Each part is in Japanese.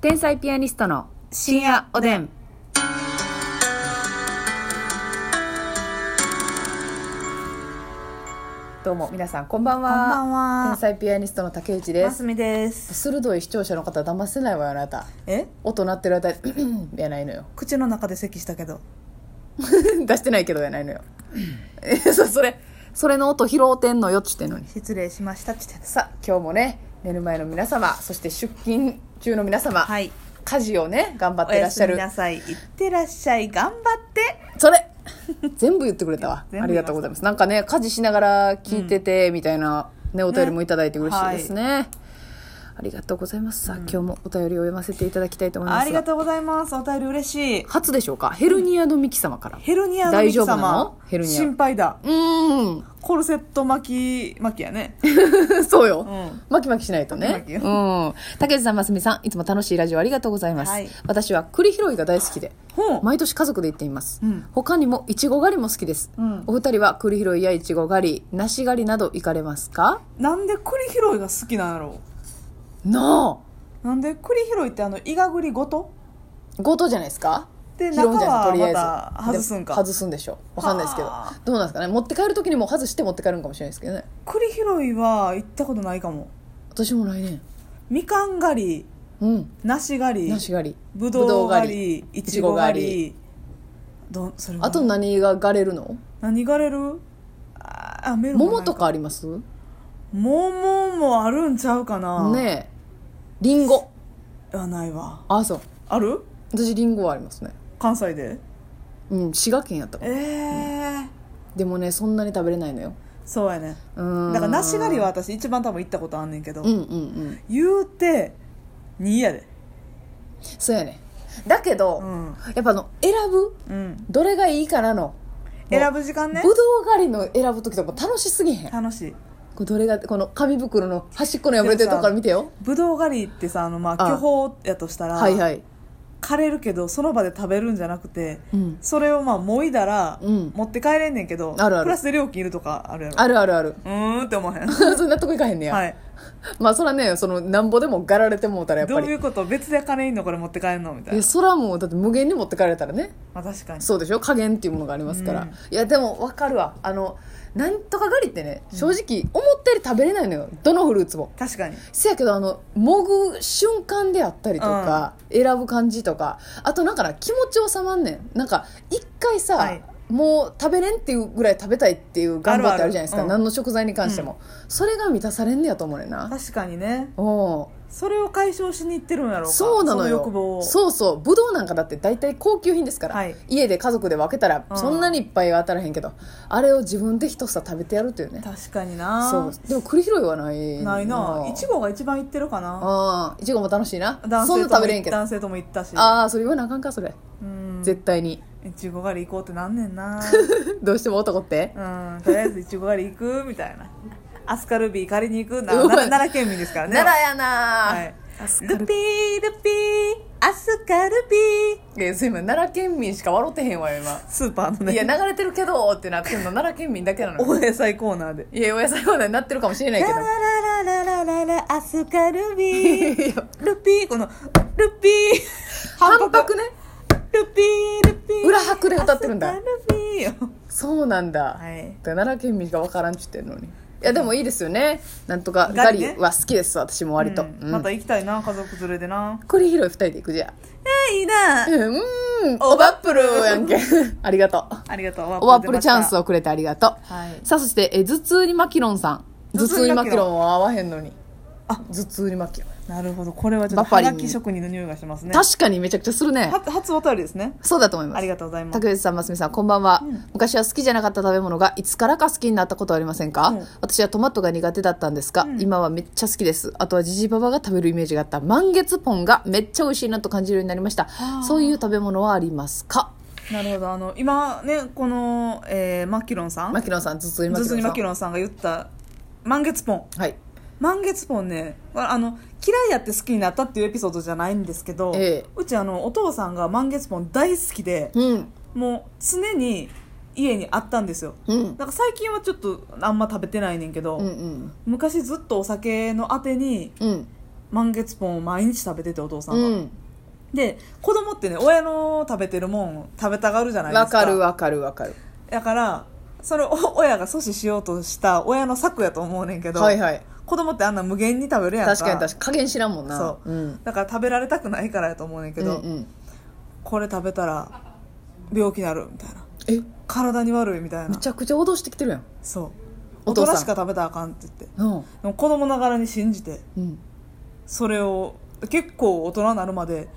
天才ピアニストの深夜おでん。どうも皆さんこんばんは。こんばん天は。才ピアニストの竹内で。ますすみです。鋭い視聴者の方は騙せないわよあなた。え、音鳴ってる間に やないのよ。 口の中で咳したけど。出してないけどやないのよ。 えそそれそれの音拾うてんのよっちゅってんのに。失礼しましたって言ってさあ今日もね寝る前の皆様そして出勤中の皆様、た。はい。家事をね頑張っおてらやっしゃすみるなさい。いってらっしゃい。頑張って。それ 全部言ってくれたわ全あ部り言いましたがとうございますなんかね家事しながら聞いてて、みたいな、ね、お便りもいただいて嬉しいですねありがとうございますさあ、今日もお便りを読ませていただきたいと思いますありがうとうございます。お便り嬉しい。初でしょうかヘルニアのミキ様から、ヘルニアの大ミキ丈夫様。なのヘルニア心配だ。うーんコルセット巻き巻きや ね。そうよ、うんマキマキしないとねマキマキうん竹内さんますみさんいつも楽しいラジオありがとうございます、はい私は栗拾いが大好きでほう。毎年家族で行っています、うん他にもいちご狩りも好きです、うんお二人は栗拾いやいちご狩り梨狩りなど行かれますかなんで栗拾いが好きなんやろなう。なんで栗拾いってあのイガグリごと？あ強盗じゃないですかで拾うんじゃない中はとりあえずまた外すんかで外すんでしょわかんないですけどはあどうなんですかね持って帰る時にも外して持って帰るんかもしれないですけどね栗拾いは行ったことないかも。私も来年みかん狩り、うん梨狩り。梨狩りぶどうり狩りいちご狩りどんそれはあと何が狩れるの何狩れるあーあメロンも桃ないとかありますね桃もあるんちゃうかなえりんごあないわあそうある私りんごはありますね関西でうん滋賀県やったかえらえーでもねそんなに食べれないのよそうやねうんだから梨狩りは私一番多分行ったことあんねんけど、うんうんうん言うて2やでそうやねだけど、うん、やっぱあの選ぶうん、どれがいいかなの選ぶ時間ねぶどう狩りの選ぶ時とか楽しすぎへん楽しいこれどれがこの紙袋の端っこの破れてるとこから見てよぶどう狩りってさあのまああ巨峰やとしたらはいはい枯れるけどその場で食べるんじゃなくて、うんそれをまあもいだら、うん持って帰れんねんけどあるあるプラスで料金いるとかあるやろあるあるあるうーんって思わへ んそんなとこいかへんねや、はいまあそらねそのなんぼでもがられてもうたらやっどぱういりうこと別で金いんのこれ持って帰んのみたいえな、そらもうだって無限に持ってかれたらねまあ、確かにそうでしょ加減っていうものがありますから、うんいやでも分かるわあのなんとか狩りってね正直思ったより食べれないのよどのフルーツも確かにせやけどあのもぐ瞬間であったりとか、選ぶ感じとかあとなんかな気持ち収まんねんなんか一回さ、はいもう食べれんっていうぐらい食べたいっていう願望ってあるじゃないですかあるあるう何んの食材に関しても、それが満たされんねやと思うねんな確かにねおうそれを解消しに行ってるんやろうかそうなのよ欲望をそうそうぶどうなんかだって大体高級品ですから、はい家で家族で分けたらうんそんなにいっぱいは当たらへんけど、あれを自分で一房食べてやるというね確かになそうでも栗拾いはないないないちごが一番行ってるかなああいちごも楽しいなそんな男性と食もべれんけど男性とも行ったしああそれ言わなあかんかそれ、うん絶対に いちご狩り行こうってなんねんなどうしても男ってうんとりあえずいちご狩り行くみたいなアスカルビー狩りに行くなうまいな奈良県民ですからね奈良やなあ、はいアスカルルピビールピーアスカルビーいやすいません奈良県民しか笑ってへんわよ スーパーの今ねいや流れてるけどってなってんの奈良県民だけなのよお野菜コーナーでいやお野菜はねなってるかもしれなラいけラどラララララアスカ ルビーいやルピーこのルピー反拍ねルピールピー裏拍で歌ってるんだアスカルビーよそうなんだ、はいだから奈良県民しか分からんちゅってんのにいやでもいいですよねなんとかガリガリねは好きです私も割と、うんうんまた行きたいな家族連れでな栗拾い二人で行くじゃえーいいなうんうーんおばっぷるやんけ ありがとうありがとうおばっぷるチャンスををくれてありがとうはいさあそして、えー頭痛にマキロンさん頭頭痛痛にマにマキキロンロンは合わへんのにあ頭痛にマキロンなるほどこれはちょっバとファはリンがき職人の匂いがしますね確かにめちゃくちゃするね初初お便りですねそうだと思いまありすがとうございます竹内さんますみさんこんばんは、うん昔は好きじゃなかった食べ物がいつからか好きになったことはありませんか、うん私はトマトが苦手だったんですが、うん今はめっちゃ好きですあとはジジババが食べるイメージがあった満月ポンがめっちゃ美味しいなと感じるようになりましたあーそういう食べ物はありますかなるほどあの今ねこの、えーマキロンさんマキロンさん頭痛にマ頭キロン痛にさマんキロンさんが言った満月ポンはい満月ポンねあの嫌いやって好きになったっていうエピソードじゃないんですけど、ええうちあのお父さんが満月ポン大好きでうんもう常に家にあったんですようんなんか最近はちょっとあんま食べてないねんけど、うんうん昔ずっとお酒のあてにうん満月ポンを毎日食べててお父さんうは、んで子供ってね親の食べてるもん食べたがるじゃないですわかかるわかるわかるだからそれを 親が阻止しようとした親の策やと思うねんけど、はいはい子供ってあんな無限に食べるやんか確かに確かに加減知らんもんなそう、ん、だから食べられたくないからやと思うねんけど、うんうんこれ食べたら病気になるみたいなえ体に悪いみたいめなちゃくちゃ脅してきてるやんそおう大父さん人しか食べたらあかんって言ってでうんも子供ながらに信じてうんそれを結構大人になるまで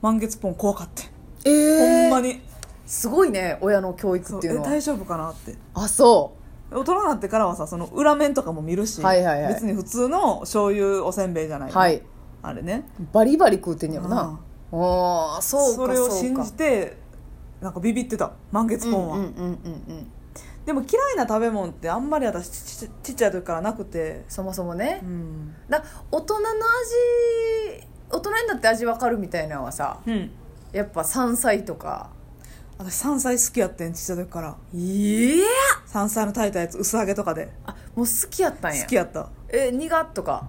満月ポン怖かって、えー、ほんまにすごいね親の教育そっうていうえのは大丈夫かなってあそ大人になってからはさその裏面とかも見るし、はいはいはい別に普通の醤油おせんべいじゃない、うはいあれねバリバリ食うてんやろなああそうかそれを信かじてなんかビビってた満月ポンは、うんうんうんうんうんでも嫌いな食べ物ってあんまり私ちちちっちゃい時からなくてそもそもねうん、だ大人の味大人になって味わかるみたいなのはさうん、やっぱ山菜とか私山菜好きやってんちっちゃい時からいや山菜の炊いたやつ薄揚げとかであもう好きやったんや好きやったえ苦とか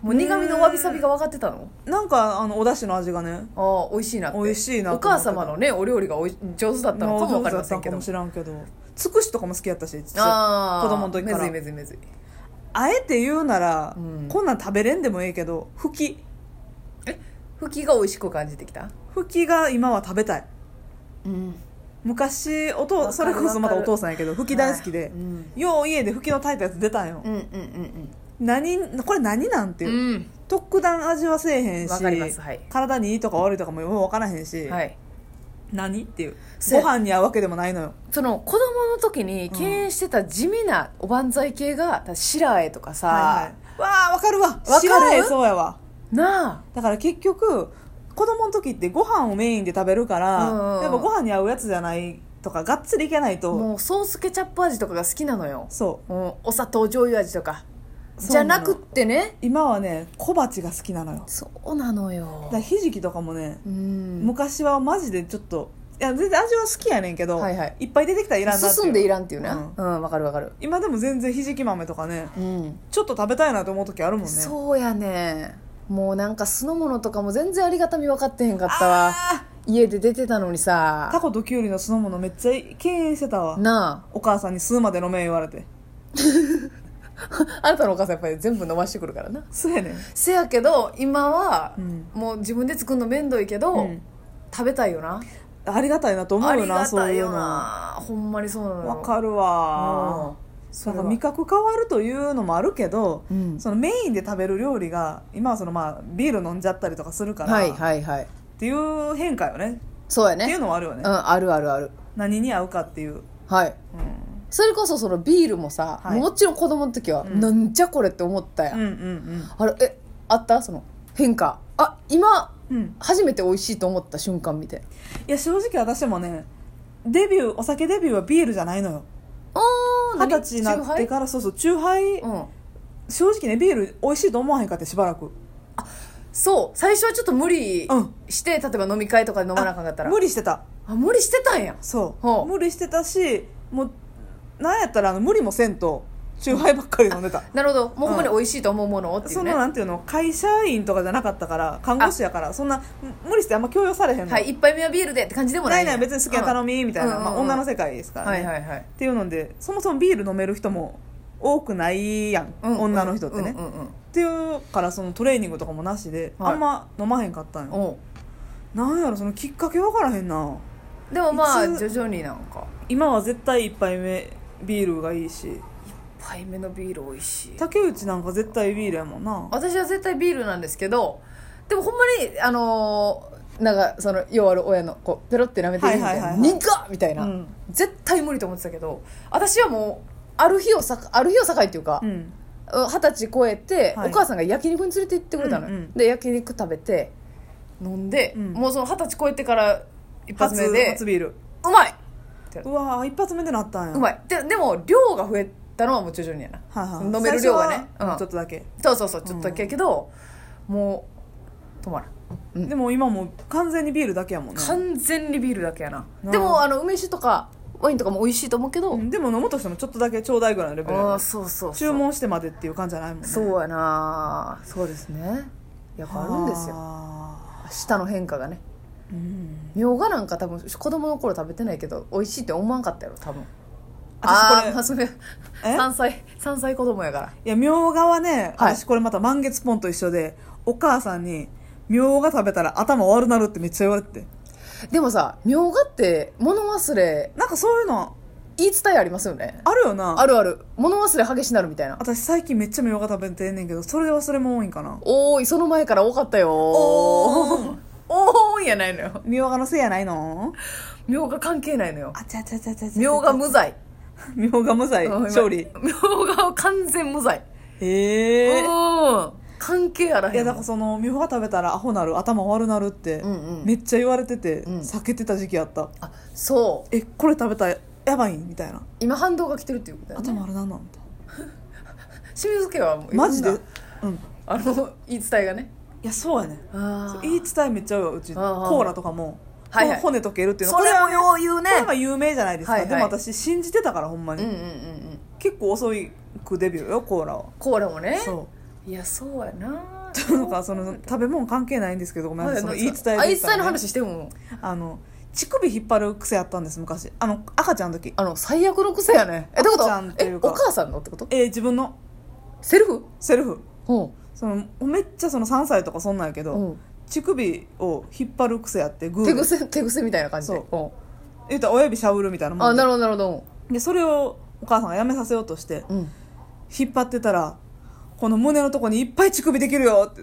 もう苦味のわびさびが分かってたのなんかあのお出汁の味がねああ美味しいなって美味しいなおと思母ってた様のねお料理がおい上手だったのかも分かりませんけどかもしらんけどつくしとかも好きやったしちっちゃいああ子供の時かめらずいめずいめずいあえて言うなら、うんこんなん食べれんでもいいけどふきふきが美味しく感じてきたふきが今は食べたいうん昔おわかとるそれこそまたお父さんやけどふき大好きで、うんよう家でふきの炊いたやつ出たんよ、うんうん何これ何なんてういんう、うん特段味はせえへんしわかりますはい体にいいとか悪いとかもよう分からへんし、はい何っていうせご飯に合うわけでもないのよその子供の時に敬遠してた地味なおばんざい系がた白あえとかさ、はいはい、わあ分かるわかる白いそうやわなだから結局子供の時ってご飯をメインで食べるから、うんうんやっぱご飯に合うやつじゃないとかがっつりいけないあともうソースケチャップ味とかが好きなのよ、そううん、お砂糖醤油味とかそうじゃななのくってね今はね小鉢が好きなのよそうなのよだからひじきとかもね、うん昔はマジでちょっといや全然味は好きやねんけど、はいはいっぱい出てきたらいらんなって進んでいららんっていうねうんうんわ、かるわかる今でも全然ひじき豆とかねうん、ちょっと食べたいなと思う時あるもんねうそうやねもうなんか酢の物とかも全然ありがたみ分かってへんかったわあ家で出てたのにータさコとキュウリの酢の物めっちゃ敬遠してたわなお母さんに吸うまで飲め言われて ああなたのお母さんやっぱり全部伸ばしてくるからな吸えねんせやけど今は、うんもう自分で作るの面倒いけど、うん食べたいよなありがたいなと思あうりよながそたういいうよのわなほんまにそうなのよかるうわんそなれんかは味覚変わるというのもあるけど、うんそのメインで食べる料理が今はそのまあビール飲んじゃったりとかするから、はいはいはいっていう変化よねそうやっていうねのはあるよね、うんあるあるある何に合うかっていう、はいうん、それこそそのビールもさ、はいもちろん子供の時は、うんなんじゃこれって思ったや、うんんうんあれえあったその変化あ今うんうん初めて美味しいと思った瞬間みたいないや正直私もねデビューお酒デビューはビールじゃないのよお二十歳になってからそうそう酎ハイ、うん正直ねビール美味しいと思わへんかってしばらくそう最初はちょっと無理うんして、例えば飲み会とかで飲まなあかんかったら無理してたあ無理してたんやそほうう無理してたしもうなんやったらあの無理もせんと酎ハイばっかり飲 んでた、なるほどもうほんまに美味しいと思うものをっていそうね、のなんていうの会社員とかじゃなかったから看護師やからそんなむ無理してあんま強要されへんの、はい一杯目はビールでって感じでもなないいない別に好きな頼み、みみたいな、うんまあ、うんうん女の世界ですうかんら、ねはいはいはいっていうのでそもそもビール飲める人も多くないやん、うん女の人ってね、うんうんうんっていうからそのトレーニングとかもなしで、はいあんま飲まへんかったんよおうなんやろそのきっかけ分からへんなでもまあいつ徐々になんか今は絶対1杯目ビールがいいし一杯目のビール美味しい竹内なんか絶対ビールやもんな私は絶対ビールなんですけどでもほんまにあのーなんかその要はある親のこうペロって舐めてるみたいはいな「はいはいはい苦っ!」みたいな、うん絶対無理と思ってたけど私はもうある日をさある日を境っていうかううんん二十、歳超えて、はいお母さんが焼肉に連れて行ってくれたのよ、うんうんで焼肉食べて飲んで、うんもうその二十歳超えてから一発初目で初ビールうまいうわー一発目でなったんやうまいででも量が増えたのはもう徐々にやな、はいはい飲める量がね最初はうんちょっとだけ、そうそうそうちょっとだけやけど、もう止まらんうんでも今もう完全にビールだけやもんね完全にビールだけやな、うんでもあの梅酒とかワインとかも美味しいと思うけど、うんでも飲むとしてもちょっとだけちょうだいぐらいのレベルやもんあねあそうそうそう注文してまでっていう感じじゃないもんねそうやなそうですねやっぱあるんですよあ舌の変化がねーうんみょうがなんか多分子供の頃食べてないけど美味しいって思わんかったやろ多分私あこーれまあそれえ3歳3歳子供やからいやみょうがはね、はい私これまた満月ポンと一緒でお母さんにみょうが食べたら頭悪なるってめっちゃ言われててでもさみょうがって物忘れなんかそういうの言い伝えありますよねあるよなあるある物忘れ激しなるみたいな私最近めっちゃみょうが食べてんねんけどそれで忘れも多いんかなおーいその前から多かったよおーんおーんやないのよみょうがのせいやないのみょうが関係ないのよあちゃちゃちゃちゃちゃみょうが無罪みょうが無 罪うん今勝利みょうがは完全無罪うへえん関係あらへんいやだからそのみょうが食べたらアホなる頭悪なるって、うんうんめっちゃ言われてて、うん避けてた時期あったあそうえこれ食べたらやばいんみたいな今反動が来てるっていうことだよね頭悪なんなんみたい清水家はもういろんななマジでうんあの言い伝えがねいやそうやねあ言い伝えめっちゃうようちあーコーラとかも、はいはいこの骨溶けるっていうのそれもはよう言うねこれは有名じゃないですか、はいはいでも私信じてたからほんまうんに、うんうんうん結構遅いくデビューよコーラはコーラもねそいやそうやなう なんかその食べ物関係ないんですけどごめんなさいその言い伝えで言ったらあね言い伝えの話してもあの乳首引っ張る癖あったんです昔あの赤ちゃんの時あの最悪の癖やねえってこ赤とちゃんっていえうかお母さんのってことえー自分のセルフセルフうんそのめっちゃその3歳とかそんなんやけど、うん乳首を引っ張る癖あってグ手ー癖手癖みたいな感じでそう言うたら親指しゃぶるみたいなんあもんでなるほどなるほどでそれをお母さんがやめさせようとしてうん引っ張ってたらこの胸のとこにいっぱい乳首できる よって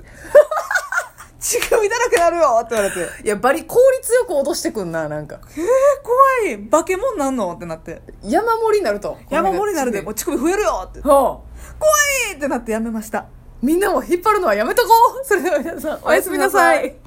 乳首だらけなるよって言われていやバリ効率よく落としてくんななんかえ怖い化け物なんのってなって山盛りになると山盛りになるでここう乳首増えるよってれがは怖いってなってやめましたあみんなも引っ張るのはやめとこうそれでは皆さんおやすみなさおやすみなさいい